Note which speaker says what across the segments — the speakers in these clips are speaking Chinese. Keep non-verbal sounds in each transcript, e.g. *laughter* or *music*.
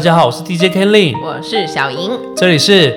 Speaker 1: 家好，我是 DJ Kenley，
Speaker 2: 我是小莹
Speaker 1: 这里是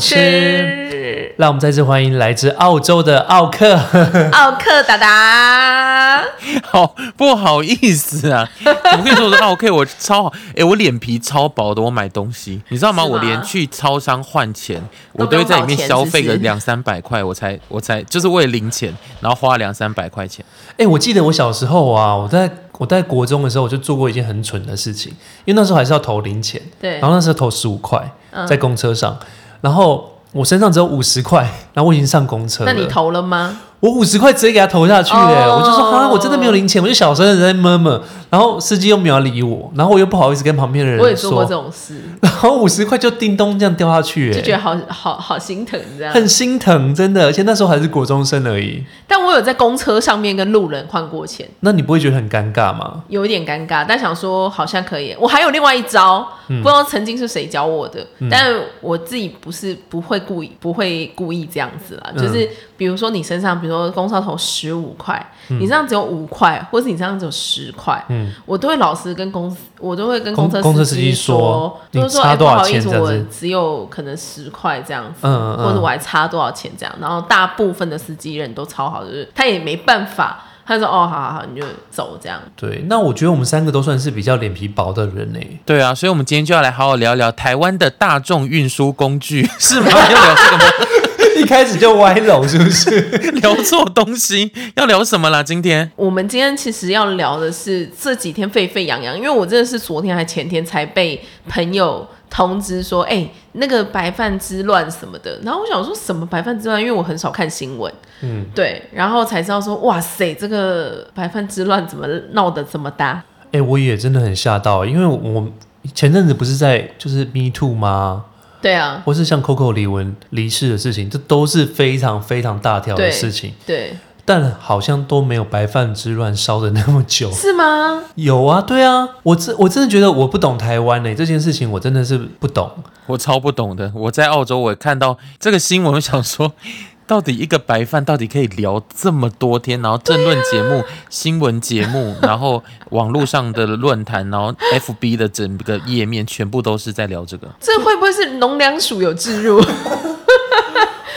Speaker 2: 吃，
Speaker 1: 让我们再次欢迎来自澳洲的奥克。 *laughs*
Speaker 2: 奥克达达，
Speaker 3: 好不好意思啊？ *laughs* 怎么可以说我是 OK？我超好，哎、我脸皮超薄的，我买东西，你知道吗？
Speaker 2: 是吗
Speaker 3: 我连去超商换钱，
Speaker 2: 都
Speaker 3: 我
Speaker 2: 不
Speaker 3: 都
Speaker 2: 用
Speaker 3: 会在里面消费
Speaker 2: 找钱是不
Speaker 3: 个
Speaker 2: 是
Speaker 3: 两三百块，我才我才就是为了零钱，然后花两三百块钱。
Speaker 1: 哎、我记得我小时候啊，我在我在国中的时候，我就做过一件很蠢的事情，因为那时候还是要投零钱，
Speaker 2: 对嗯
Speaker 1: 然后那时候投十五块在公车上，然后我身上只有五十块，然后我已经上公车了，
Speaker 2: 那你投了吗？
Speaker 1: 我五十块直接给他投下去了，我
Speaker 2: 哦
Speaker 1: 就说啊，我真的没有零钱，我就小声的在闷闷，然后司机又没有理我，然后我又不好意思跟旁边的人
Speaker 2: 我也做过这
Speaker 1: 嗯说，
Speaker 2: 种事，
Speaker 1: *laughs* 然后五十块就叮咚这样掉下去、
Speaker 2: 就
Speaker 1: 欸，
Speaker 2: 觉得好嗯好好心疼这样。
Speaker 1: 很心疼，真的，而且那时候还是国中生而已，
Speaker 2: 但我有在公车上面跟路人换过钱，
Speaker 1: 那你不会觉得很尴尬吗？
Speaker 2: 有一点尴尬，但想说好像可以。我还有另外一招，
Speaker 1: 嗯
Speaker 2: 不知道曾经是谁教我的，但我自己不是不会故意不会故意这样子啦。
Speaker 1: 嗯
Speaker 2: 就是比如说你身上，比如说公司要投十五块，你身上只有五块，或是你身上只有十块，
Speaker 1: 嗯
Speaker 2: 我都会老实跟公司，我都会跟
Speaker 1: 公
Speaker 2: 车
Speaker 1: 公车
Speaker 2: 司
Speaker 1: 司机
Speaker 2: 说
Speaker 1: 说，
Speaker 2: 就是说
Speaker 1: 你差
Speaker 2: 哎不
Speaker 1: 多少
Speaker 2: 好意
Speaker 1: 钱
Speaker 2: 思，
Speaker 1: 这样
Speaker 2: 我
Speaker 1: 子
Speaker 2: 只有可能十块这样子。
Speaker 1: 嗯
Speaker 2: 或者
Speaker 1: 嗯，
Speaker 2: 我还差多少钱这样。然后大部分的司机人都超好，就是他也没办法，他就说哦，好好好，你就走这样。
Speaker 1: 对，那我觉得我们三个都算是比较脸皮薄的人欸呢、
Speaker 3: 对啊，所以我们今天就要来好好聊聊台湾的大众运输工具，是吗？要聊这个吗？
Speaker 1: *laughs* 一开始就歪楼是不是？
Speaker 3: *laughs*
Speaker 1: *laughs*
Speaker 3: 聊错东西，要聊什么啦？今天
Speaker 2: 我们今天其实要聊的是这几天沸沸扬扬，因为我真的是昨天还前天才被朋友通知说，哎、那个白饭之乱什么的。然后我想说什么白饭之乱，因为我很少看新闻，嗯，对，然后才知道说，哇塞，这个白饭之乱怎么闹得这么大？
Speaker 1: 哎、我也真的很吓到，欸因为我前阵子不是在就是 Me Too 吗？
Speaker 2: 对啊，
Speaker 1: 或是像 Coco 离婚离世的事情，这都是非常非常大条的
Speaker 2: 对
Speaker 1: 事情，
Speaker 2: 对，
Speaker 1: 但好像都没有白饭之乱烧的那么久。
Speaker 2: 是吗？
Speaker 1: 有啊，对啊，我真我真的觉得我不懂台湾欸呢、这件事情我真的是不懂。
Speaker 3: 我超不懂的，我在澳洲我看到这个新闻，我想说。 *laughs* 到底一个白饭到底可以聊这么多天，然后政论节目、新闻节目，然后网络上的论坛，然后 FB 的整个页面全部都是在聊这个。
Speaker 2: 这会不会是农粮署有置入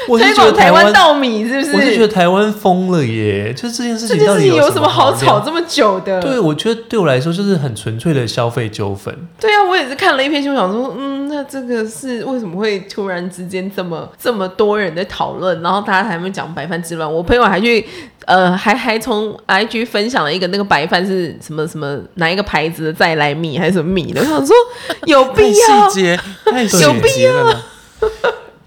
Speaker 1: 我是
Speaker 2: 推
Speaker 1: 觉得
Speaker 2: 广台
Speaker 1: 湾
Speaker 2: 湾，稻米？是不是？
Speaker 1: 我是觉得台湾疯了耶！就是这件事
Speaker 2: 这
Speaker 1: 情
Speaker 2: 件
Speaker 1: 到
Speaker 2: 事
Speaker 1: 底
Speaker 2: 情有
Speaker 1: 什
Speaker 2: 什
Speaker 1: 么
Speaker 2: 么好
Speaker 1: 聊
Speaker 2: 吵？这么久的？
Speaker 1: 对，我觉得对我来说就是很纯粹的消费纠纷。
Speaker 2: 对啊，我也是看了一篇新闻，想说，嗯，那这个是为什么会突然之间这么这么多人在讨论，然后大家还没讲白饭之乱，我朋友还去。呃，还还从 *laughs* IG 分享了一个那个白饭是什么什么哪一个牌子的再来米还是什么米的，我想说有
Speaker 3: 太
Speaker 2: 必要
Speaker 3: 细节，太细
Speaker 1: 有必
Speaker 3: 节了啦。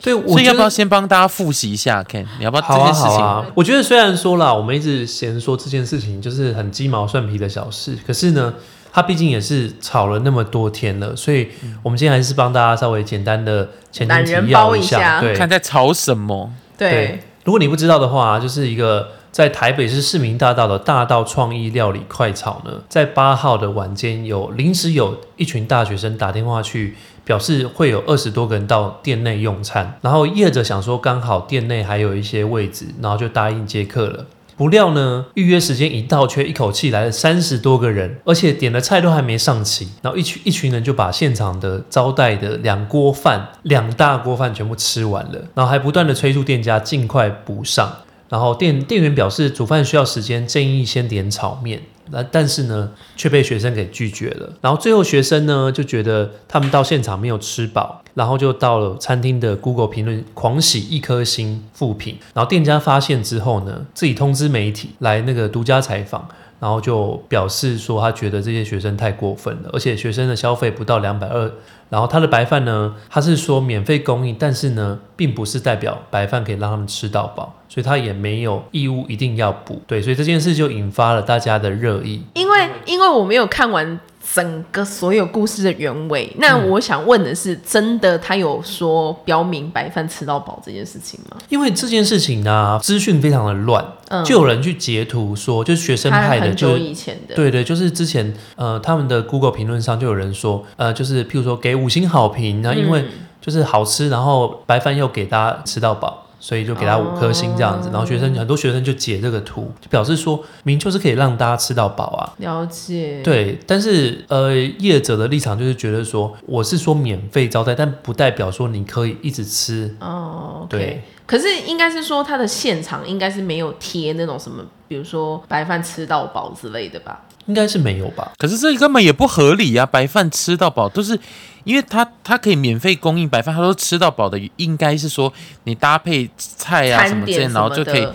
Speaker 1: 对，我
Speaker 3: 所以
Speaker 1: 觉
Speaker 3: 要不
Speaker 1: 得
Speaker 3: 要先帮大家复习一下？Ken，你要不要这
Speaker 1: 好啊，
Speaker 3: 件事
Speaker 1: 好
Speaker 3: 情？
Speaker 1: 啊。我觉得虽然说啦，我们一直嫌说这件事情就是很鸡毛蒜皮的小事，可是呢，它毕竟也是吵了那么多天了，所以我们今天还是帮大家稍微简单的前
Speaker 2: 嗯懒
Speaker 1: 情
Speaker 2: 人
Speaker 1: 提要
Speaker 2: 包一
Speaker 1: 下。
Speaker 2: 下
Speaker 1: 对，
Speaker 3: 看在吵什么？
Speaker 2: 对，
Speaker 1: 如果你不知道的话，就是一个在台北市市民大道的大道创意料理快炒呢，在八号的晚间有临时有一群大学生打电话去，表示会有二十多个人到店内用餐，然后业者想说刚好店内还有一些位置，然后就答应接客了。不料呢，预约时间一到，却一口气来了三十多个人，而且点的菜都还没上齐，然后一群一群人就把现场的招待的两锅饭、两大锅饭全部吃完了，然后还不断的催促店家尽快补上。然后店店员表示煮饭需要时间，建议先点炒面。那但是呢，却被学生给拒绝了。然后最后学生呢就觉得他们到现场没有吃饱，然后就到了餐厅的 Google 评论狂喜一颗星负评。然后店家发现之后呢，自己通知媒体来那个独家采访。然后就表示说，他觉得这些学生太过分了，而且学生的消费不到两百二，然后他的白饭呢，他是说免费供应，但是呢，并不是代表白饭可以让他们吃到饱，所以他也没有义务一定要补。对，所以这件事就引发了大家的热议。
Speaker 2: 因为因为我没有看完整个所有故事的原委，那
Speaker 1: 嗯
Speaker 2: 我想问的是，真的他有说标明白饭吃到饱这件事情吗？
Speaker 1: 因为这件事情呢、资讯非常的乱，
Speaker 2: 嗯，
Speaker 1: 就有人去截图说，就是学生
Speaker 2: 他
Speaker 1: 派的，
Speaker 2: 很
Speaker 1: 就
Speaker 2: 久
Speaker 1: 是
Speaker 2: 以前的，
Speaker 1: 对对，就是之前呃，他们的 Google 评论上就有人说，呃，就是
Speaker 2: 嗯
Speaker 1: 譬如说给五星好评，那因为就是好吃，然后白饭又给大家吃到饱，所以就给他五颗星这样子。
Speaker 2: 哦
Speaker 1: 然后学生很多学生就截这个图，就表示说明就是可以让大家吃到饱啊。
Speaker 2: 了解，，
Speaker 1: 对，但是呃，业者的立场就是觉得说，我是说免费招待，但不代表说你可以一直吃。
Speaker 2: 哦，OK，
Speaker 1: 对
Speaker 2: 可是应该是说它的现场应该是没有贴那种什么，比如说白饭吃到饱之类的吧？
Speaker 1: 应该是没有吧？
Speaker 3: 可是这根本也不合理呀、白饭吃到饱都是，因为他他可以免费供应白饭，他都吃到饱的，应该是说你搭配菜啊什
Speaker 2: 餐
Speaker 3: 么之类，
Speaker 2: 点什
Speaker 3: 然后
Speaker 2: 么
Speaker 3: 就可以
Speaker 2: 的，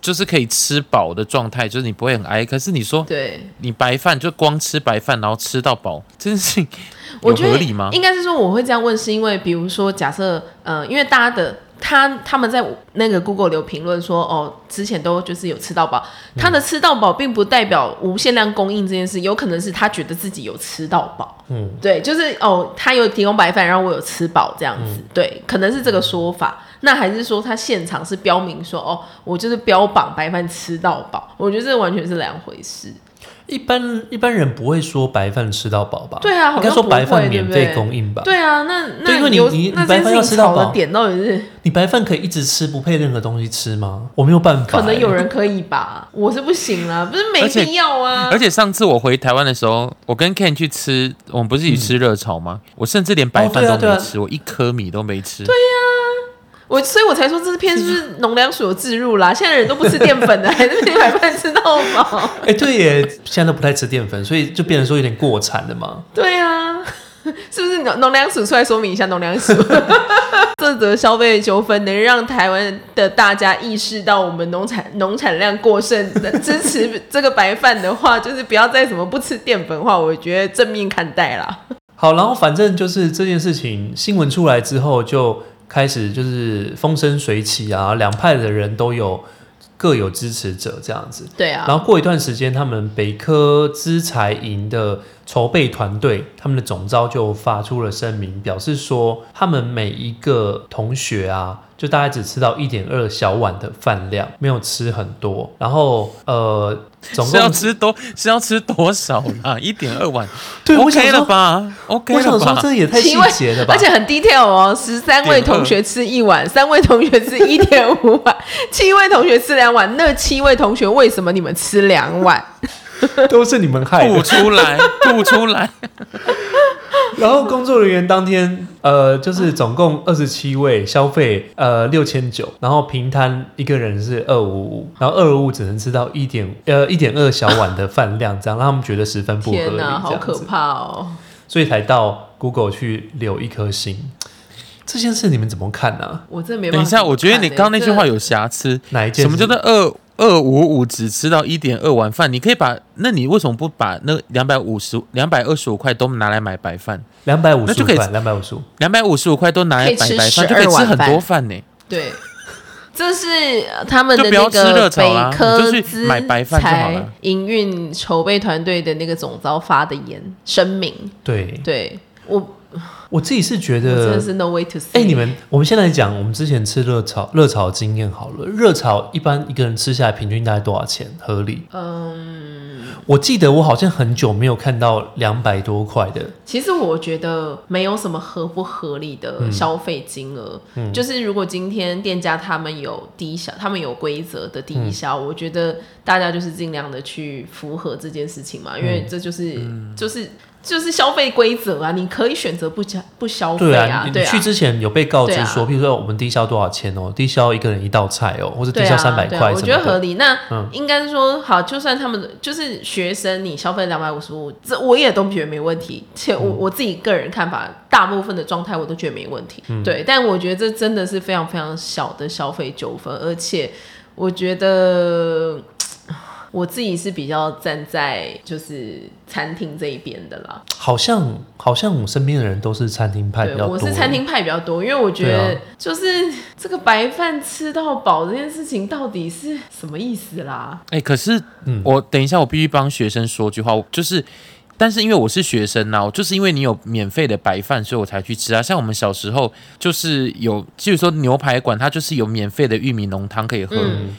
Speaker 3: 就是可以吃饱的状态，就是你不会很挨。可是你说
Speaker 2: 对，
Speaker 3: 你白饭就光吃白饭，然后吃到饱，这件事情
Speaker 2: 我
Speaker 3: 有
Speaker 2: 觉
Speaker 3: 合
Speaker 2: 得
Speaker 3: 理吗？
Speaker 2: 应该是说我会这样问，是因为比如说假设，呃，因为大家的他他们在那个 Google 留评论说，哦，之前都就是有吃到饱，
Speaker 1: 嗯
Speaker 2: 他的吃到饱并不代表无限量供应这件事，有可能是他觉得自己有吃到饱，
Speaker 1: 嗯
Speaker 2: 嗯，对，就是哦，他有提供白饭，然后我有吃饱这样子，
Speaker 1: 嗯
Speaker 2: 对，可能是这个说法。那还是说他现场是标明说，哦，我就是标榜白饭吃到饱，我觉得这完全是两回事。
Speaker 1: 一般一般人不会说白饭吃到饱吧？
Speaker 2: 对啊好
Speaker 1: 应该
Speaker 2: 像
Speaker 1: 说白饭
Speaker 2: 不会
Speaker 1: 免
Speaker 2: 对
Speaker 1: 费
Speaker 2: 不对
Speaker 1: 供应吧？
Speaker 2: 对啊，那
Speaker 1: 对因
Speaker 2: 那
Speaker 1: 为你
Speaker 2: 有
Speaker 1: 你
Speaker 2: 那
Speaker 1: 白饭
Speaker 2: 这件
Speaker 1: 要
Speaker 2: 事
Speaker 1: 吃到
Speaker 2: 情吵的
Speaker 1: 饱
Speaker 2: 点到底是？
Speaker 1: 你白饭可以一直吃，不配任何东西吃吗？我没有办法欸、
Speaker 2: 可能有人可以吧，我是不行啦，不是没
Speaker 3: 而且
Speaker 2: 必要啊
Speaker 3: 而。且上次我回台湾的时候，我跟 Ken 去吃，我们不是一起
Speaker 2: 嗯
Speaker 3: 吃热炒吗？我甚至连白饭
Speaker 1: 哦
Speaker 3: 都
Speaker 1: 对啊
Speaker 3: 没吃，我一颗米都没吃。
Speaker 2: 我所以我才说这是片是不是农粮所有置入啦？现在人都不吃淀粉的，还是没白饭吃到饱？
Speaker 1: 哎、对耶，现在都不太吃淀粉，所以就变成说有点过产了嘛。
Speaker 2: 对啊，是不是农农粮署出来说明一下农粮署？这则消费纠纷能让台湾的大家意识到，我们农产农产量过剩，支持这个白饭的话，就是不要再什么不吃淀粉话，我觉得正面看待啦。
Speaker 1: 好，然后反正就是这件事情新闻出来之后，就开始就是风生水起啊，两派的人都有各有支持者这样子。
Speaker 2: 对啊，
Speaker 1: 然后过一段时间，他们北科资财营的筹备团队，他们的总招就发出了声明，表示说他们每一个同学啊，就大概只吃到一点二小碗的饭量，没有吃很多。然后呃，总
Speaker 3: 是要
Speaker 1: 共
Speaker 3: 吃多是要吃多少啦？一点二碗，
Speaker 1: *laughs* 对我想
Speaker 3: OK 了
Speaker 1: 说
Speaker 3: 吧？OK
Speaker 1: 我
Speaker 3: 了
Speaker 1: 想说
Speaker 3: 吧？
Speaker 1: 这也太细
Speaker 2: 请问
Speaker 1: 节了吧
Speaker 2: 而？且很 detail 哦，十三位
Speaker 3: 嗯
Speaker 2: 同学吃一碗，三位同学吃一点五碗，七位同学吃两碗，那七位同学为什么你们吃两碗？
Speaker 1: 都是你们害
Speaker 3: 吐。出来，吐出
Speaker 2: *laughs*
Speaker 3: 来！
Speaker 1: *laughs* 然后工作人员当天，呃，就是总共二十七位，消费呃六千九，然后平摊一个人是二五五，然后二五五只能吃到一点呃一点二小碗的饭量，这样让他们觉得十分不合理，
Speaker 2: 天
Speaker 1: 这
Speaker 2: 哪，
Speaker 1: 样
Speaker 2: 好可
Speaker 1: 子，
Speaker 2: 怕哦！
Speaker 1: 所以才到 Google 去留一颗星。这件事你们怎么看啊呢、
Speaker 2: 我真的没办法。欸
Speaker 3: 等一下，我觉得你刚刚那句话有瑕疵。
Speaker 1: *laughs* 哪一件
Speaker 3: 什
Speaker 1: 事？
Speaker 3: 么叫做二二五五只吃到一点二碗饭？你可以把，那你为什么不把那两百五十、两百二十五块都拿来买白饭？
Speaker 1: 两百五
Speaker 3: 那
Speaker 1: 十
Speaker 3: 就可以
Speaker 1: 块？两百五十
Speaker 3: 两百五十五块都拿来买白饭，就
Speaker 2: 可
Speaker 3: 可
Speaker 2: 以
Speaker 3: 以
Speaker 2: 吃12
Speaker 3: 吃很
Speaker 2: 碗饭
Speaker 3: 多饭呢、
Speaker 2: 对。这是呃他们的
Speaker 3: 就不要
Speaker 2: 那
Speaker 3: 吃热
Speaker 2: 个
Speaker 3: 炒啦
Speaker 2: 北科
Speaker 3: 你就去
Speaker 2: 资
Speaker 3: 买白饭就好了
Speaker 2: 财营运筹备团队的那个总招发的言声明，
Speaker 1: 对，
Speaker 2: 对我
Speaker 1: 我自己是觉
Speaker 2: 我真
Speaker 1: 得
Speaker 2: 的是 no way to see。
Speaker 1: 哎、你们，我们先来讲我们之前吃热炒热炒的经验好了。热炒一般一个人吃下来平均大概多少钱？合理？
Speaker 2: 嗯，
Speaker 1: 我记得我好像很久没有看到两百多块的。
Speaker 2: 其实我觉得没有什么合不合理
Speaker 1: 嗯
Speaker 2: 的消费金额，就是如果今天店家他们有低消，他们有规则的低消，
Speaker 1: 嗯
Speaker 2: 我觉得大家就是尽量的去符合这件事情
Speaker 1: 嗯
Speaker 2: 嘛，因为这就是、就是就是消费规则啊，你可以选择不消不消费
Speaker 1: 对
Speaker 2: 啊
Speaker 1: 你，
Speaker 2: 对
Speaker 1: 你去之前有被告知
Speaker 2: 对啊
Speaker 1: 说，譬如说我们低消多少钱哦，低消一个人一道菜哦，或者低
Speaker 2: 对
Speaker 1: 消
Speaker 2: 啊，
Speaker 1: 三百
Speaker 2: 对啊
Speaker 1: 块
Speaker 2: 我
Speaker 1: 什
Speaker 2: 觉得
Speaker 1: 么
Speaker 2: 合
Speaker 1: 的。
Speaker 2: 理。那
Speaker 1: 嗯
Speaker 2: 应该是说，好，就算他们的就是学生，你消费两百五十五，这我也都觉得没问题。且
Speaker 1: 嗯
Speaker 2: 我我自己个人看法，大部分的状态我都觉得没问题。
Speaker 1: 嗯
Speaker 2: 对，但我觉得这真的是非常非常小的消费纠纷，而且我觉得。我自己是比较站在就是餐厅这一边的啦，
Speaker 1: 好像好像我身边的人都是餐厅派比
Speaker 2: 对，
Speaker 1: 较多。
Speaker 2: 我是餐。厅派比较多，因为我觉
Speaker 1: 对
Speaker 2: 得
Speaker 1: 啊
Speaker 2: 就是这个白饭吃到饱这件事情到底是什么意思啦？
Speaker 3: 哎、可是
Speaker 1: 嗯
Speaker 3: 我等一下，我必须帮学生说句话，我就是，但是因为我是学生呐、我就是因为你有免费的白饭，所以我才去吃啊。像我们小时候就是有，就是说牛排馆，它就是有免费的玉米浓汤可以喝，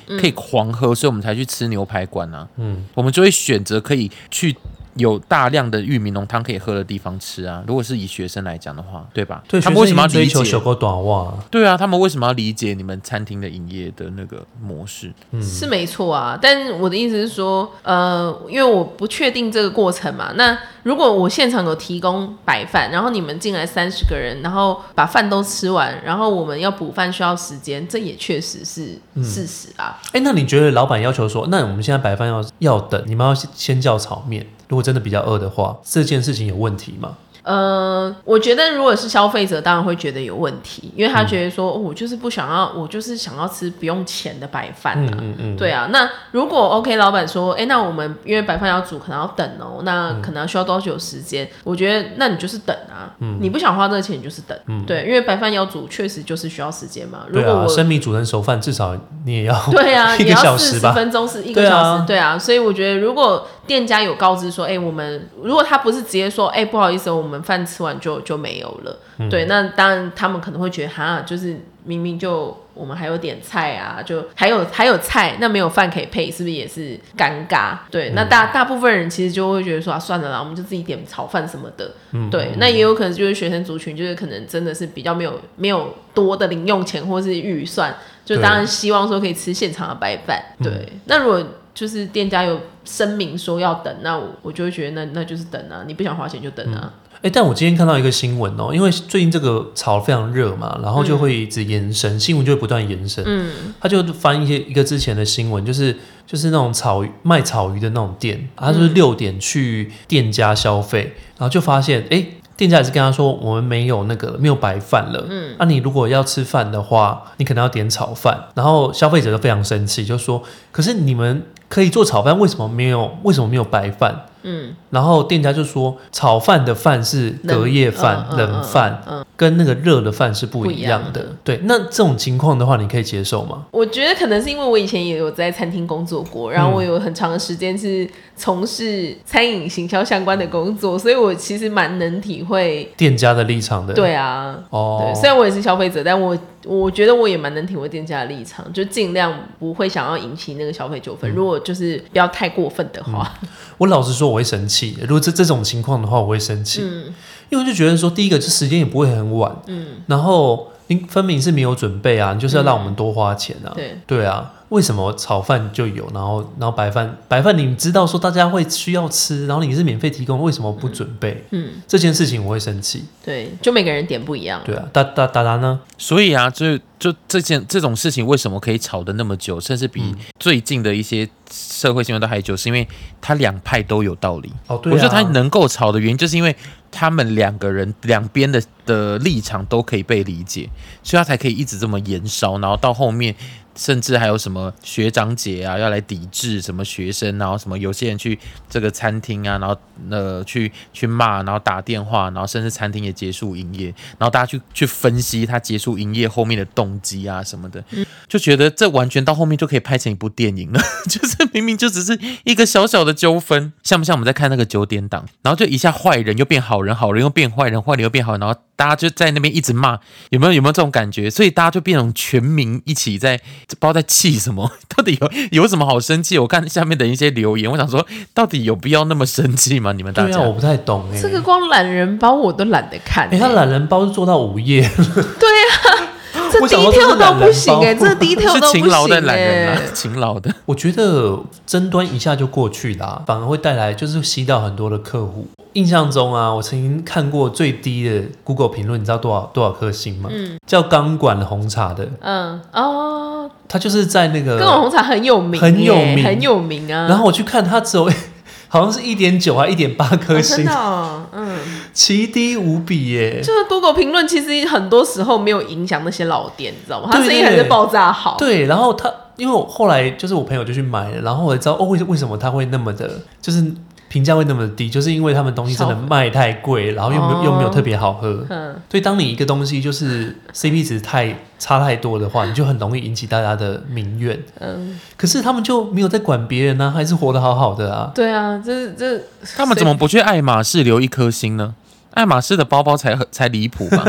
Speaker 1: 嗯
Speaker 3: 可以狂喝，所以我们才去吃牛排馆啊。嗯，我们就会选择可以去。有大量的玉米浓汤可以喝的地方吃啊。如果是以学生来讲的话，对吧？
Speaker 1: 对，
Speaker 3: 他们为什么要
Speaker 1: 学生一
Speaker 3: 理
Speaker 1: 定追求小
Speaker 3: 解？
Speaker 1: 狗短袜？
Speaker 3: 对啊，他们为什么要理解你们餐厅的营业的那个模式？
Speaker 2: 是没错啊，但我的意思是说，呃，因为我不确定这个过程嘛。那如果我现场有提供白饭，然后你们进来三十个人，然后把饭都吃完，然后我们要补饭需要时间，这也确实是事实啊。
Speaker 1: 哎、那你觉得老板要求说，那我们现在白饭要要等，你们要先先叫炒面？如果真的比较饿的话，这件事情有问题吗？
Speaker 2: 呃，我觉得如果是消费者，当然会觉得有问题，因为他觉得说，哦我就是不想要，我就是想要吃不用钱的白饭啊。
Speaker 1: 嗯嗯嗯，
Speaker 2: 对啊，那如果 OK，老板说，哎、那我们因为白饭要煮，可能要等哦，
Speaker 1: 嗯
Speaker 2: 那可能需要多久时间？我觉得那你就是等啊，
Speaker 1: 嗯
Speaker 2: 你不想花这个钱，你就是等，对，因为白饭要煮，确实就是需要时间嘛。如
Speaker 1: 对
Speaker 2: 果我
Speaker 1: 啊，生米煮成熟饭，至少你也要
Speaker 2: *laughs* 对啊，
Speaker 1: *laughs* 一
Speaker 2: 也
Speaker 1: 个
Speaker 2: 要
Speaker 1: 小
Speaker 2: 四
Speaker 1: 时
Speaker 2: 十
Speaker 1: 吧。
Speaker 2: 分钟是一个
Speaker 1: 对
Speaker 2: 小时，
Speaker 1: 啊
Speaker 2: 对啊，所以我觉得如果店家有告知说，哎、我们如果他不是直接说，哎、不好意思哦，我们饭吃完就就没有了，
Speaker 1: 嗯
Speaker 2: 对，那当然他们可能会觉得，哈，就是明明就我们还有点菜啊，就还有还有菜，那没有饭可以配，是不是也是尴尬？对，
Speaker 1: 嗯
Speaker 2: 那大大部分人其实就会觉得说，啊，算了啦，我们就自己点炒饭什么的，对，那也有可能就是学生族群，就是可能真的是比较没有没有多的零用钱或是预算，就
Speaker 1: 对
Speaker 2: 当然希望说可以吃现场的白饭。对，那如果就是店家有声明说要等，那我我就会觉得那那就是等啊，你不想花钱就等啊。
Speaker 1: 哎、但我今天看到一个新闻哦，因为最近这个炒得非常热嘛，然后就会一直延伸，新闻就会不断延伸。嗯，他就翻一些一个之前的新闻，就是就是那种炒鱼卖炒鱼的那种店，他就是
Speaker 2: 嗯
Speaker 1: 六点去店家消费，然后就发现哎。诶店家也是跟他说，我们没有那个了没有白饭了。嗯，那、你如果要吃饭的话，你可能要点炒饭。然后消费者就非常生气，就说：“可是你们可以做炒饭，为什么没有？为什么没有白饭？”
Speaker 2: 嗯
Speaker 1: 然后店家就说，炒饭的饭是隔夜饭、
Speaker 2: 冷嗯嗯
Speaker 1: 冷饭，跟那个热的饭是不一样
Speaker 2: 不一
Speaker 1: 的
Speaker 2: 样的。
Speaker 1: 对，那这种情况的话，你可以接受吗？
Speaker 2: 我觉得可能是因为我以前也有在餐厅工作过，然后我有很长的时间是从事餐饮行销相关的工作，所以我其实蛮能体会。
Speaker 1: 店家的立场的，，
Speaker 2: 对啊，
Speaker 1: 哦
Speaker 2: 对，，虽然我也是消费者，但我我觉得我也蛮能体会店家的立场，就尽量不会想要引起那个消费纠纷。
Speaker 1: 嗯
Speaker 2: 如果就是不要太过分的话，
Speaker 1: 我老实说，我会生气。如果这这种情况的话，我会生气，
Speaker 2: 嗯
Speaker 1: 因为我就觉得说，第一个这时间也不会很晚，嗯，然后你分明是没有准备啊，你就是要让我们多花钱啊，
Speaker 2: 对，
Speaker 1: 对啊，为什么炒饭就有，然后然后白饭白饭你知道说大家会需要吃，然后你是免费提供，为什么不准备？嗯这件事情我会生气。
Speaker 2: 对，就每个人点不一样。
Speaker 1: 对啊，达达达达呢？
Speaker 3: 所以啊，就就这件这种事情，为什么可以吵得那么久，甚至比最近的一些社会新闻都还久，是因为他两派都有道理。
Speaker 1: 哦，对、啊，
Speaker 3: 我觉得他能够吵的原因，就是因为他们两个人两边的的立场都可以被理解，所以他才可以一直这么延烧，然后到后面甚至还有什么学长姐啊要来抵制什么学生，然后什么有些人去这个餐厅啊，然后呃去去骂，然后打电话，然后甚至餐厅也结束营业，然后大家去去分析他结束营业后面的动机啊什么的，就觉得这完全到后面就可以拍成一部电影了， *laughs* 就是明明就只是一个小小的纠纷，像不像我们在看那个九点档，然后就一下坏人又变好人，好人又变坏人，坏人又变好人，然后大家就在那边一直骂，有没有有没有这种感觉？所以大家就变成全民一起在不知道在气什么， *laughs* 到底有有什么好生气？我看下面的一些留言，我想说，到底有必要那么生气吗？你们大
Speaker 1: 对
Speaker 3: 家？
Speaker 1: 啊，我不太懂哎、
Speaker 2: 这个光懒人包我都懒得看、
Speaker 1: 哎、他懒人包是做到午夜，
Speaker 2: 欸这
Speaker 1: 我想说这是
Speaker 2: detail 到
Speaker 1: 懒
Speaker 2: 不
Speaker 1: 人
Speaker 2: 行哎、
Speaker 1: 包
Speaker 2: 这
Speaker 1: *laughs*
Speaker 2: detail
Speaker 3: 是
Speaker 2: 到不行哎、
Speaker 3: 勤劳的懒人啊，勤劳的。
Speaker 1: 我觉得争端一下就过去啦，反而会带来就是吸到很多的客户。印象中啊，我曾经看过最低的 Google 评论，你知道多少多少颗星吗？嗯，叫钢管红茶的，
Speaker 2: 嗯哦，
Speaker 1: 他就是在那
Speaker 2: 跟我
Speaker 1: 个，
Speaker 2: 红茶很有名、
Speaker 1: 很有名
Speaker 2: 哎很有名啊。
Speaker 1: 然后我 *laughs* 去看，他只有好像是一点九还一点八颗
Speaker 2: 哦
Speaker 1: 星
Speaker 2: 真的、，哦，嗯，
Speaker 1: 奇低无比耶、
Speaker 2: 就是 Google 评论，其实很多时候没有影响那些老店，你知道吗？他
Speaker 1: 对
Speaker 2: 生意还是爆炸好。
Speaker 1: 对，然后他因为我后来就是我朋友就去买了，然后我才知道哦，为为什么他会那么的，就是评价会那么低，就是因为他们东西真的
Speaker 2: 少
Speaker 1: 卖太贵，然后又没有、
Speaker 2: 哦
Speaker 1: 又没有特别好喝。
Speaker 2: 嗯，
Speaker 1: 所以当你一个东西就是 CP 值太差太多的话，你就很容易引起大家的民怨。
Speaker 2: 嗯，
Speaker 1: 可是他们就没有在管别人啊，还是活得好好的啊。
Speaker 2: 对啊，这这
Speaker 3: 他们怎么不去爱马仕留一颗星呢？爱马仕的包包才才离
Speaker 2: *laughs*
Speaker 3: 谱吧？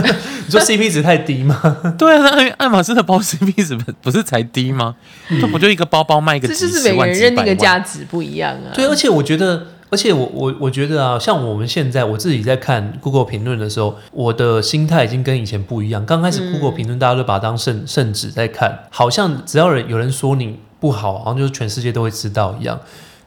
Speaker 1: 你说 CP 值太低吗？
Speaker 3: 对啊，那爱爱马仕的包 CP 值不不是才低吗？那不就一个包包卖个
Speaker 2: 这就
Speaker 3: 几
Speaker 2: 是
Speaker 3: 十
Speaker 2: 每个
Speaker 3: 万、
Speaker 2: 人
Speaker 3: 几
Speaker 2: 认
Speaker 3: 百
Speaker 2: 定的
Speaker 3: 万？
Speaker 2: 价值不一样
Speaker 1: *laughs*
Speaker 2: 啊。
Speaker 1: 对，而且我觉得而且我我我觉得啊，像我们现在我自己在看 Google 评论的时候，我的心态已经跟以前不一样。刚开始 Google 评论大家都把它当圣圣旨在看，好像只要有人说你不好，好像就是全世界都会知道一样。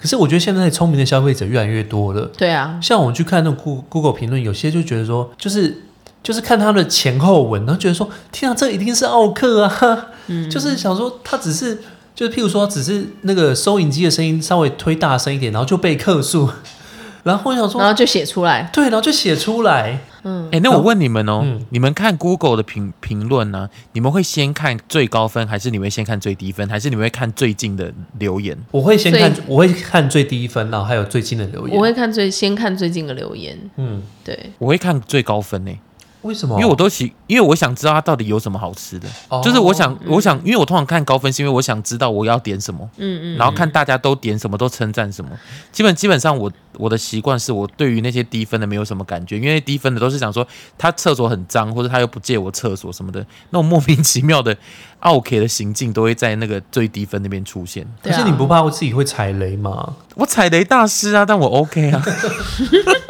Speaker 1: 可是我觉得现在聪明的消费者越来越多了，
Speaker 2: 对啊，
Speaker 1: 像我们去看那种 Google Google 评论，有些就觉得说，就是就是看他的前后文，然后觉得说，天啊，这一定是奥克啊，
Speaker 2: 嗯
Speaker 1: 就是想说他只是。就是譬如说，只是那个收银机的声音稍微推大声一点，然后就被客诉， *laughs* 然后我想
Speaker 2: 然
Speaker 1: 说，
Speaker 2: 后就写出来，
Speaker 1: 对，然后就写出来，
Speaker 3: 哎、那我问你们哦，
Speaker 1: 嗯
Speaker 3: 你们看 Google 的评评论呢？你们会先看最高分，还是你会先看最低分，还是你会看最近的留言？
Speaker 1: 我会先看
Speaker 2: 所，
Speaker 1: 我会看最低分，然后还有最近的留
Speaker 2: 我
Speaker 1: 言，
Speaker 2: 会看最先看最近的留言，
Speaker 1: 嗯，
Speaker 2: 对，
Speaker 3: 我会看最高分呢、
Speaker 1: 为什么？
Speaker 3: 因为我都喜，因为我想知道它到底有什么好吃的。
Speaker 1: 哦
Speaker 3: 就是我想，我想，因为我通常看高分，是因为我想知道我要点什么，
Speaker 2: 嗯嗯，
Speaker 3: 然后看大家都点什么，都称赞什么。基本基本上我我的习惯是我对于那些低分的没有什么感觉，因为低分的都是想说他厕所很脏，或者他又不借我厕所什么的，那种莫名其妙的 OK 的行径都会在那个最低分那边出现。
Speaker 1: 可
Speaker 2: 对啊
Speaker 1: 是你不怕我自己会踩雷吗？
Speaker 3: 我踩雷大师啊，但我 OK
Speaker 1: *laughs*
Speaker 3: 啊，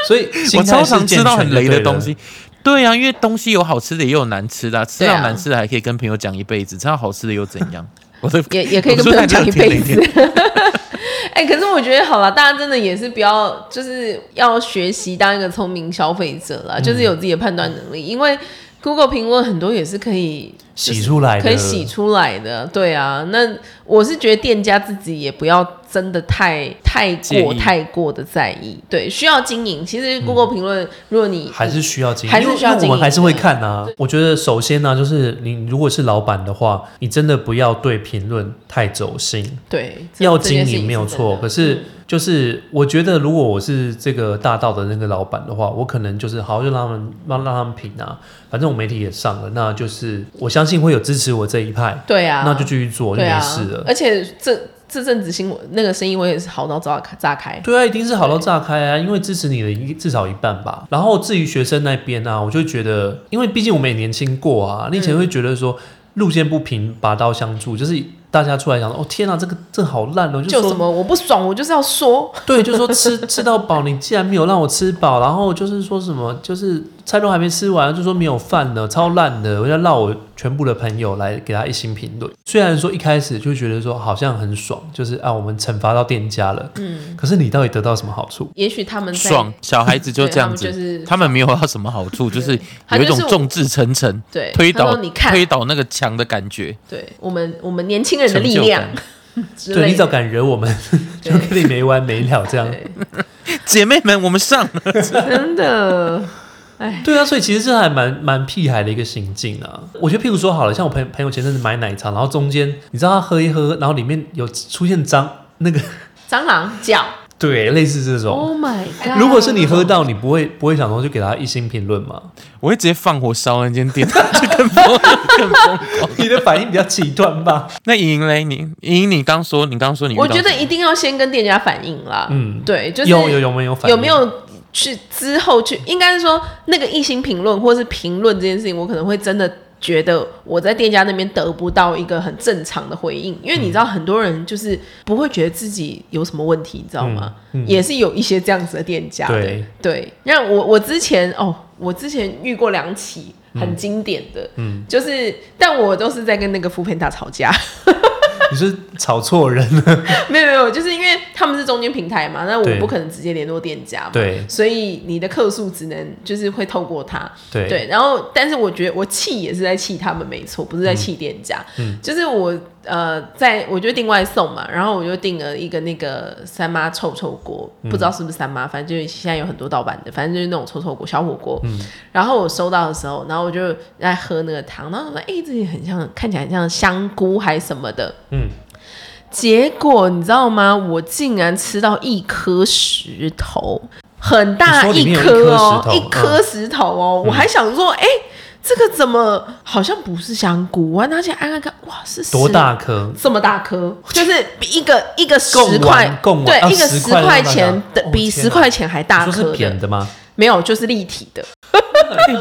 Speaker 1: 所以
Speaker 3: 我
Speaker 1: 心态
Speaker 3: 超
Speaker 1: 是
Speaker 3: 常
Speaker 1: 健
Speaker 3: 吃到很
Speaker 1: 全就
Speaker 3: 雷的
Speaker 1: 对
Speaker 3: 东
Speaker 1: 了
Speaker 3: 西。对啊，因为东西有好吃的，也有难吃的啊、吃到
Speaker 2: 对啊
Speaker 3: 难吃的还可以跟朋友讲一辈子，吃到好吃的又怎样？
Speaker 1: *laughs*
Speaker 3: 我的
Speaker 2: 也也可以跟
Speaker 3: 我
Speaker 2: 朋
Speaker 3: 说
Speaker 2: 友
Speaker 3: 他这
Speaker 2: 讲
Speaker 3: 样
Speaker 2: 一
Speaker 3: 听
Speaker 2: 辈
Speaker 3: 雷
Speaker 2: 子。 *laughs* 哎、可是我觉得好了，大家真的也是不要，就是要学习当一个聪明消费者啦，
Speaker 3: 嗯
Speaker 2: 就是有自己的判断能力，因为 Google 评论很多也是可以
Speaker 1: 洗出来的，
Speaker 2: 可以洗出来的，对啊。那我是觉得店家自己也不要真的太太
Speaker 3: 介
Speaker 2: 过
Speaker 3: 意
Speaker 2: 太过的在意，对，需要经营。其实 Google 评论，如果你
Speaker 1: 嗯还是需要经营，
Speaker 2: 嗯还是需要
Speaker 1: 因为因为
Speaker 2: 经营
Speaker 1: 我们还是会看啊。我觉得首先呢、就是你如果是老板的话，你真的不要对评论太走心，
Speaker 2: 对这
Speaker 1: 要
Speaker 2: 这件
Speaker 1: 经
Speaker 2: 事情
Speaker 1: 营没有
Speaker 2: 是真的嗯
Speaker 1: 错。可是就是我觉得，如果我是这个大道的那个老板的话，我可能就是好好就让他们让让他们评啊，反正我媒体也上了，那就是我相信会有支持我这一派，
Speaker 2: 对啊，
Speaker 1: 那就继续做就
Speaker 2: 对
Speaker 1: 没
Speaker 2: 啊
Speaker 1: 事了。
Speaker 2: 而且这这阵子新闻那个生意我也是好到炸开炸开，
Speaker 1: 对啊，一定是好到炸开啊！因为支持你的一至少一半吧。然后至于学生那边啊，我就觉得，因为毕竟我们也年轻过啊，你以前
Speaker 2: 嗯
Speaker 1: 会觉得说路见不平拔刀相助，就是大家出来想说，哦天啊，这个这好烂哦，
Speaker 2: 就
Speaker 1: 说
Speaker 2: 什么我不爽，我就是要说，
Speaker 1: 对，就说吃吃到饱，你既然没有让我吃饱，然后就是说什么，就是菜都还没吃完，就说没有饭了，超烂的，我要让我全部的朋友来给他一星评论。虽然说一开始就觉得说好像很爽，就是啊我们惩罚到店家了，嗯，可是你到底得到什么好处？
Speaker 2: 也许他们在
Speaker 3: 爽，小孩子就
Speaker 2: 对
Speaker 3: 这
Speaker 2: 他
Speaker 3: 样
Speaker 2: 们
Speaker 3: 子，
Speaker 2: 就是
Speaker 3: 他们没有到什么好处，就是
Speaker 2: 他
Speaker 3: 有
Speaker 2: 就
Speaker 3: 一种
Speaker 2: 是我
Speaker 3: 众志成城、
Speaker 2: 对
Speaker 3: 推
Speaker 2: 他
Speaker 3: 倒
Speaker 2: 说你看，
Speaker 3: 推倒那个墙的感觉，
Speaker 2: 对我们我们年轻人的力
Speaker 3: 成就
Speaker 2: 量
Speaker 3: 感。
Speaker 2: 之
Speaker 1: 对
Speaker 2: 类
Speaker 1: 你只要
Speaker 2: 的。
Speaker 1: 敢惹我们， *laughs* 就跟你没完没了这样。
Speaker 2: 对，
Speaker 3: *laughs* 姐妹们，我们上了，
Speaker 2: 真的，
Speaker 1: 对啊，所以其实这还蛮蛮屁孩的一个行径啊。我觉得譬如说好了，像我朋朋友前阵子买奶茶，然后中间你知道他喝一喝，然后里面有出现脏那个， *laughs*
Speaker 2: 蟑螂脚
Speaker 1: 对，类似这种。
Speaker 2: ，Oh my god！
Speaker 1: 如果是你喝到，你不会不会想说去给他一星评论吗？ *laughs*
Speaker 3: 我会直接放火烧那间店， *laughs* 就更疯更疯狂。
Speaker 1: 你的反应比较极端
Speaker 2: *laughs*
Speaker 1: 吧？
Speaker 3: 那莹莹嘞，你莹莹，你刚说你刚说你遇到
Speaker 2: 我觉得
Speaker 3: 什么
Speaker 2: 一定要先跟店家反映啦。
Speaker 1: 嗯
Speaker 2: 嗯，对，就是
Speaker 1: 有有有没有反应？
Speaker 2: 有没？有去之后去，应该是说那个一星评论或是评论这件事情，我可能会真的觉得我在店家那边得不到一个很正常的回应，因为你知道很多人就是不会觉得自己有什么问题，你知道吗？
Speaker 1: 嗯嗯
Speaker 2: 也是有一些这样子的店家的
Speaker 1: 对，
Speaker 2: 对。那我我之前哦，我之前遇过两起。很经典的，
Speaker 1: 嗯
Speaker 2: 就是，但我都是在跟那个福片达吵架，
Speaker 1: 你是炒错人
Speaker 2: *laughs*
Speaker 1: 了。
Speaker 2: 没有没有，就是因为他们是中间平台嘛，那我
Speaker 1: 对
Speaker 2: 不可能直接联络店家嘛，
Speaker 1: 对
Speaker 2: 所以你的客诉只能就是会透过他。
Speaker 1: 对
Speaker 2: 对，然后但是我觉得我气也是在气他们，没错，不是在气店家。
Speaker 1: 嗯
Speaker 2: 就是我呃，在我就订外送嘛，然后我就订了一个那个三妈臭臭锅，
Speaker 1: 嗯
Speaker 2: 不知道是不是三妈，反正就是现在有很多盗版的，反正就是那种臭臭锅小火锅。
Speaker 1: 嗯
Speaker 2: 然后我收到的时候，然后我就在喝那个汤，然后我说：“哎、这也很像，看起来很像香菇还是什么的。”
Speaker 1: 嗯，
Speaker 2: 结果你知道吗？我竟然吃到一颗石头，很
Speaker 1: 你
Speaker 2: 大
Speaker 1: 说里面有一
Speaker 2: 颗哦，
Speaker 1: 颗石头嗯
Speaker 2: 一颗石头哦，我还想说，哎、这个怎么好像不是香菇？我还拿起来按按看，哇，是石
Speaker 1: 多大颗？
Speaker 2: 这么大颗，就是比一个一个
Speaker 1: 贡
Speaker 2: 十
Speaker 1: 丸
Speaker 2: 块，
Speaker 1: 贡丸
Speaker 2: 对，
Speaker 1: 啊
Speaker 2: 一个
Speaker 1: 10
Speaker 2: 十
Speaker 1: 块那
Speaker 2: 块
Speaker 1: 么大
Speaker 2: 钱的
Speaker 1: 哦，
Speaker 2: 比
Speaker 1: 天
Speaker 2: 十
Speaker 1: 哪
Speaker 2: 块钱还大
Speaker 1: 你
Speaker 2: 颗
Speaker 1: 说是扁
Speaker 2: 的，
Speaker 1: 的吗？
Speaker 2: 没有，就是立体的。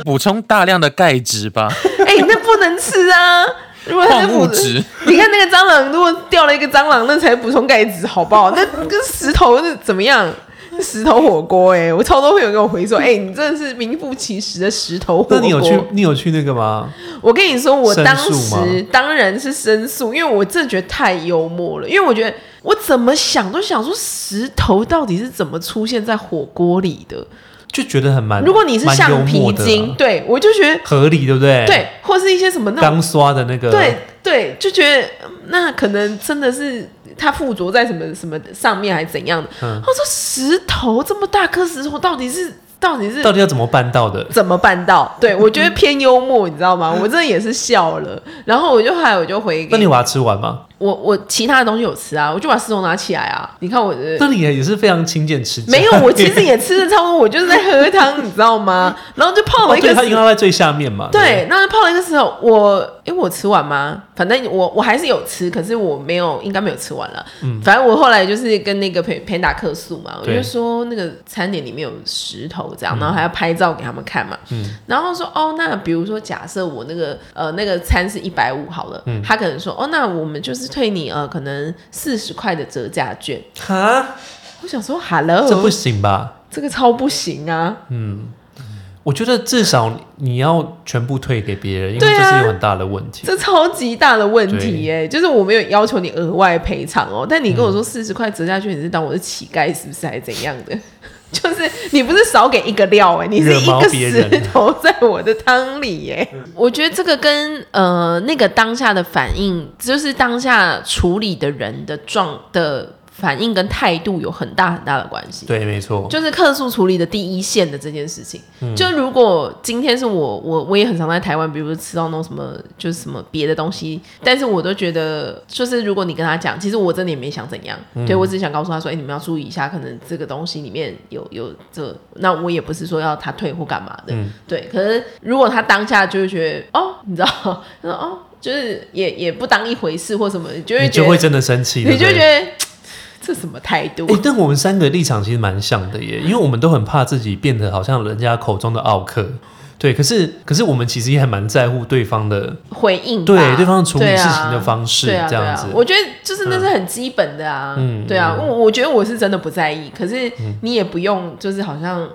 Speaker 3: 补充大量的钙
Speaker 2: *laughs*
Speaker 3: 质吧，
Speaker 2: 哎、那不能吃啊！如果它是
Speaker 3: 矿
Speaker 2: 补
Speaker 3: 物质。
Speaker 2: *laughs* 你看那个蟑螂，如果掉了一个蟑螂，那才补充钙质，好不好？那跟石头是怎么样？石头火锅哎、我超多朋友跟我回说，哎、你真的是名副其实的石头火锅。
Speaker 1: 那你有去你有去那个吗？
Speaker 2: 我跟你说，我
Speaker 1: 申
Speaker 2: 当
Speaker 1: 诉吗
Speaker 2: 时当然是申诉，因为我真的觉得太幽默了。因为我觉得我怎么想都想说，石头到底是怎么出现在火锅里的？
Speaker 1: 就觉得很蛮。
Speaker 2: 如果你是
Speaker 1: 蛮幽
Speaker 2: 橡皮
Speaker 1: 默的啊哎
Speaker 2: 筋，对我就觉得
Speaker 1: 合理对不对？，
Speaker 2: 对，或是一些什么那种
Speaker 1: 刚刷的那个，
Speaker 2: 对对，就觉得嗯那可能真的是它附着在什么什么上面还是怎样的。
Speaker 1: 嗯
Speaker 2: 他说石头这么大颗石头，到底是到底是
Speaker 1: 到底要怎么办到的？
Speaker 2: 怎么办到？对我觉得偏幽默，你知道吗？我真的也是笑了，然后我就后来我就回
Speaker 1: 那
Speaker 2: 给
Speaker 1: 你有把它吃完吗？
Speaker 2: 我我其他的东西有吃啊，我就把石头拿起来啊。你看我的。
Speaker 1: 那你也是非常勤俭持家。
Speaker 2: 没有，我其实也吃的差不多，我就是在喝汤，你知道吗？然后就泡
Speaker 1: 哦，
Speaker 2: 了一个
Speaker 1: 对，它
Speaker 2: 石
Speaker 1: 应该在最下面嘛。
Speaker 2: 对，那泡了一个石头，我诶，我吃完吗？反正我我还是有吃，可是我没有，应该没有吃完了。反正我后来就是跟那个陪陪打客诉嘛，我
Speaker 1: 嗯对嗯
Speaker 2: 就说那个餐点里面有石头这样，然后还要拍照给他们看嘛。然后说哦，那比如说假设我那个呃那个餐是一百五好了，
Speaker 1: 嗯
Speaker 2: 他可能说哦，那我们就是退你呃可能四十块的折价券。
Speaker 1: 对哈，
Speaker 2: 我想说，hello，
Speaker 1: 这不行吧？
Speaker 2: 这个超不行啊！
Speaker 1: 我觉得至少你要全部退给别人，因为
Speaker 2: 对
Speaker 1: 这
Speaker 2: 啊
Speaker 1: 是有很大的问题。
Speaker 2: 这超级大的问题耶、就是我没有要求你额外赔偿哦，但你跟我说四十块折下去，你是当我是乞丐是不是，还是怎样的？ *laughs* 就是你不是少给一个料哎、你是一个石头在我的汤里耶、 *laughs* 我觉得这个跟呃那个当下的反应，就是当下处理的人的状的反应跟态度有很大很大的关系。
Speaker 1: 对，没错。
Speaker 2: 就是客诉处理的第一线的这件事情。
Speaker 1: 嗯
Speaker 2: 就如果今天是我，我我也很常在台湾，比如说吃到那种什么，就是什么别的东西，但是我都觉得，就是如果你跟他讲，其实我真的也没想怎样，
Speaker 1: 嗯
Speaker 2: 对我只是想告诉他说，哎、你们要注意一下，可能这个东西里面有有这，那我也不是说要他退或干嘛的，
Speaker 1: 嗯
Speaker 2: 对。可是如果他当下就会觉得，哦，你知道，他说哦。就是也也不当一回事或什么，你就会
Speaker 1: 你
Speaker 2: 觉
Speaker 1: 就
Speaker 2: 得，
Speaker 1: 会真的生气，
Speaker 2: 你就
Speaker 1: 对
Speaker 2: 会
Speaker 1: 不
Speaker 2: 觉
Speaker 1: 对
Speaker 2: 得这什么态度？
Speaker 1: 欸但我们三个立场其实蛮像的耶，因为我们都很怕自己变得好像人家口中的奥克。对，可是可是我们其实也还蛮在乎对方的，
Speaker 2: 回应吧
Speaker 1: 对对方处理
Speaker 2: 对啊
Speaker 1: 事情的方式
Speaker 2: 对啊
Speaker 1: 这样子
Speaker 2: 对啊。我觉得就是那是很基本的啊，
Speaker 1: 嗯
Speaker 2: 对啊，我我觉得我是真的不在意，可是你也不用就是好像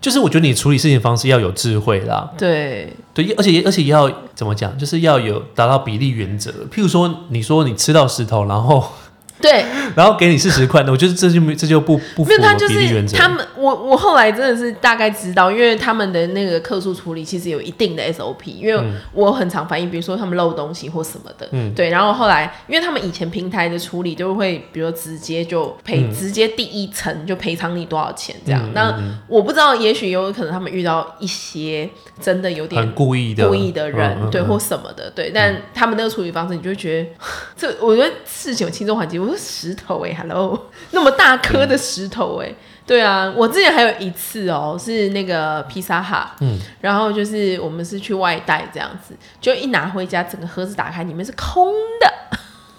Speaker 1: 就是我觉得你处理事情的方式要有智慧啦，
Speaker 2: 对
Speaker 1: 对，而且而且要怎么讲，就是要有达到比例原则。譬如说，你说你吃到石头，然后 *laughs*
Speaker 2: 对，
Speaker 1: 然后给你四十块，那我觉得这就没这就不不符
Speaker 2: 没有他
Speaker 1: 合
Speaker 2: 就
Speaker 1: 比例
Speaker 2: 是
Speaker 1: 原则。
Speaker 2: 他们，我我后来真的是大概知道，因为他们的那个客诉处理其实有一定的 SOP，因为我很常反映，比如说他们漏东西或什么的，
Speaker 1: 嗯
Speaker 2: 对，然后后来因为他们以前平台的处理就会，比如说直接就赔，
Speaker 1: 嗯
Speaker 2: 直接第一层就赔偿你多少钱这样。
Speaker 1: 嗯嗯
Speaker 2: 那
Speaker 1: 嗯
Speaker 2: 我不知道，也许有可能他们遇到一些真的有点
Speaker 1: 很故意的
Speaker 2: 故意的人，
Speaker 1: 嗯嗯
Speaker 2: 对，
Speaker 1: 嗯
Speaker 2: 或什么的，对。但他们那个处理方式，你就会觉得 *laughs* 这，我觉得事情有轻重缓急。我说石头哎、欸、，hello，那 *laughs* 么大颗的石头哎、对啊，我之前还有一次哦，是那个披萨哈，
Speaker 1: 嗯
Speaker 2: 嗯，然后就是我们是去外带这样子，就一拿回家，整个盒子打开，里面是空的， *laughs*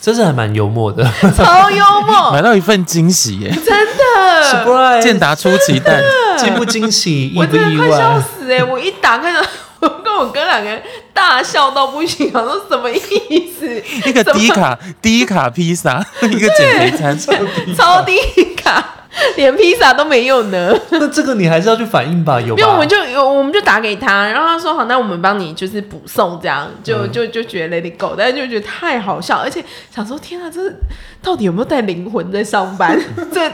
Speaker 1: 真是还蛮幽默的
Speaker 2: 超幽
Speaker 1: *laughs*
Speaker 2: 默，
Speaker 3: 买到一份惊
Speaker 2: *laughs*
Speaker 3: 喜耶！
Speaker 2: 真呃的。
Speaker 3: 健
Speaker 1: ，surprise，
Speaker 3: 达出
Speaker 2: *laughs*
Speaker 3: 奇蛋，
Speaker 1: 惊不惊喜，意
Speaker 2: 我
Speaker 1: 不
Speaker 2: 真的
Speaker 1: 意
Speaker 2: 快笑
Speaker 1: 外？
Speaker 2: 死哎、欸！我一打开呢，我跟我哥两个人大笑到不行，我说什么意思？
Speaker 3: 一个
Speaker 2: 怎么
Speaker 3: 低卡低卡披萨， *laughs* 一个减肥
Speaker 2: *laughs*
Speaker 3: 餐， *laughs*
Speaker 2: 超低卡，连披萨都没有呢。
Speaker 1: 那这个你还是要去反映吧，有
Speaker 2: 因为我
Speaker 1: 吧
Speaker 2: 们？就有，我们就打给他，然后他说好，那我们帮你就是补送，这样
Speaker 3: 嗯
Speaker 2: 就、就就觉得 Let It Go，但是就觉得太好笑，而且想说天啊，这到底有没有带灵魂在上
Speaker 3: *laughs*
Speaker 2: 班？这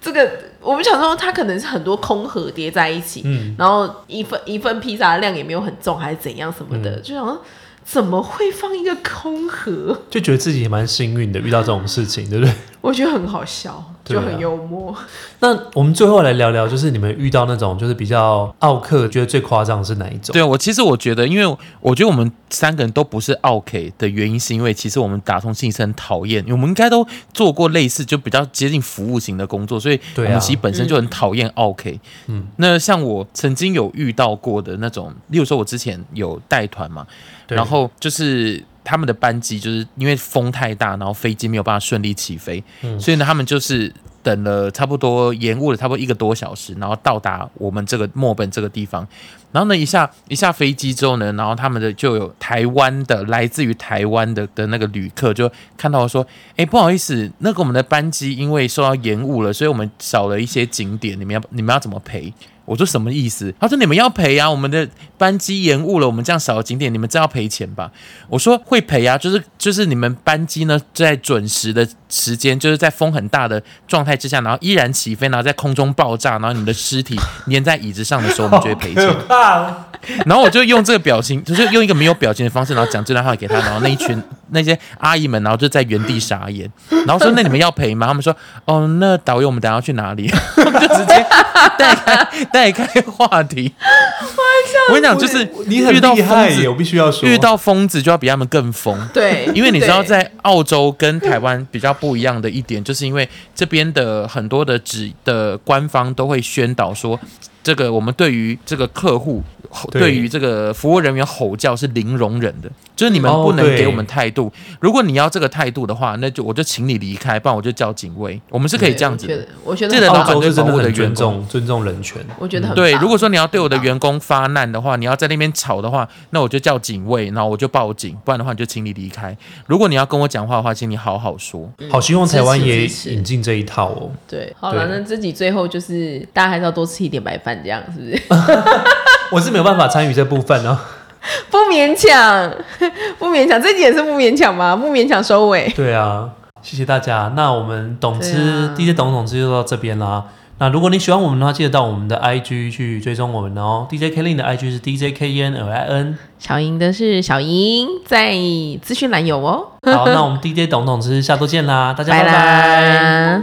Speaker 2: 这个我们想说，它可能是很多空盒叠在一起，
Speaker 1: 嗯
Speaker 2: 然后一份一份披萨的量也没有很重，还是怎样什么的，
Speaker 3: 嗯
Speaker 2: 就想说怎么会放一个空盒？
Speaker 1: 就觉得自己也蛮幸运的，遇到这种事情，对不对？
Speaker 2: 我觉得很好笑，
Speaker 1: 对
Speaker 2: 就
Speaker 1: 啊
Speaker 2: 很幽默。
Speaker 1: 那我们最后来聊聊，就是你们遇到那种就是比较奥克，觉得最夸张的是哪一种？
Speaker 3: 对我其实我觉得，因为我觉得我们三个人都不是 OK 的原因，是因为其实我们打通信是很讨厌，我们应该都做过类似就比较接近服务型的工作，所以我
Speaker 1: 对啊
Speaker 3: 们其实本身就很讨厌 OK。嗯，那像我曾经有遇到过的那种，例如说我之前有带团嘛，
Speaker 1: 对
Speaker 3: 然后就是。他们的班机就是因为风太大，然后飞机没有办法顺利起飞，所以呢，他们就是等了差不多延误了差不多一个多小时，然后到达我们这个墨本这个地方。然后呢，一下一下飞机之后呢，然后他们的就有台湾的来自于台湾的的那个旅客就看到说，哎，不好意思，那个我们的班机因为受到延误了，所以我们少了一些景点，你们要你们要怎么赔？我说什么意思？他说你们要赔啊，我们的班机延误了，我们这样少了景点，你们这样要赔钱吧？我说会赔啊，就是就是你们班机呢在准时的时间，就是在风很大的状态之下，然后依然起飞，然后在空中爆炸，然后你们的尸体粘在椅子上的时候，我们就会赔钱
Speaker 1: *laughs* 好。可怕
Speaker 3: 啊
Speaker 1: 哦
Speaker 3: 然后我就用这个表情，就是用一个没有表情的方式，然后讲这段话给他，然后那一群那些阿姨们，然后就在原地傻眼，然后说那你们要赔吗？他们说哦，那导游我们等下要去哪里？ *laughs* 就直接带开带开话题。我跟你讲，就是
Speaker 1: 你很
Speaker 3: 遇到
Speaker 1: 厉害
Speaker 3: 疯
Speaker 1: 耶，我
Speaker 3: 子，
Speaker 1: 必须要说，
Speaker 3: 遇到疯子就要比他们更疯。
Speaker 2: *laughs* 对，
Speaker 3: 因为你知道，
Speaker 2: 对
Speaker 3: 在澳洲跟台湾比较不一样的一点，就是因为这边的很多的指的官方都会宣导说，这个我们对于这个客户。吼
Speaker 1: 对
Speaker 3: 对于这个服务人员吼叫是零容忍的，就是你们
Speaker 1: 哦
Speaker 3: 不能
Speaker 1: 对
Speaker 3: 给我们态度。如果你要这个态度的话，那就我就请你离开，不然我就叫警卫。我们是可以
Speaker 2: 对
Speaker 3: 这样子的。
Speaker 2: 我觉得，我觉
Speaker 3: 记
Speaker 2: 得
Speaker 3: 得
Speaker 2: 很
Speaker 1: 澳
Speaker 2: 棒
Speaker 1: 洲是真的
Speaker 3: 保护的
Speaker 1: 很尊
Speaker 3: 员工
Speaker 1: 重尊重人权，
Speaker 2: 我觉得很
Speaker 3: 嗯对，
Speaker 2: 棒
Speaker 3: 如果说你要对我的员工发难的话，你要在那边吵的话，那我就叫警卫，然后我就报警，不然的话你就请你离开。如果你要跟我讲话的话，请你好好说。
Speaker 1: 好希望台湾也
Speaker 2: 支持支持
Speaker 1: 引进这一套哦。
Speaker 2: 对，好了，
Speaker 1: 对
Speaker 2: 那自己最后就是大家还是要多吃一点白饭，这样是不是？ *laughs*
Speaker 1: 我是没有办法参与这部分 *laughs* 啊。
Speaker 2: 不勉强，不勉强，这集也是不勉强吗？不勉强收尾。
Speaker 1: 对啊，谢谢大家。那我们董
Speaker 2: 对
Speaker 1: 吃
Speaker 2: 啊
Speaker 1: DJ 董董吃就到这边啦。那如果你喜欢我们的话，记得到我们的 IG 去追踪我们哦。DJ K Lin 的 IG 是 DJ K E N L I *laughs* N。
Speaker 2: 小莹的是小莹，在资讯栏有哦，
Speaker 1: 好，那我们 DJ 董董吃下周见啦，大家
Speaker 2: 拜
Speaker 1: 拜拜。
Speaker 2: 啦。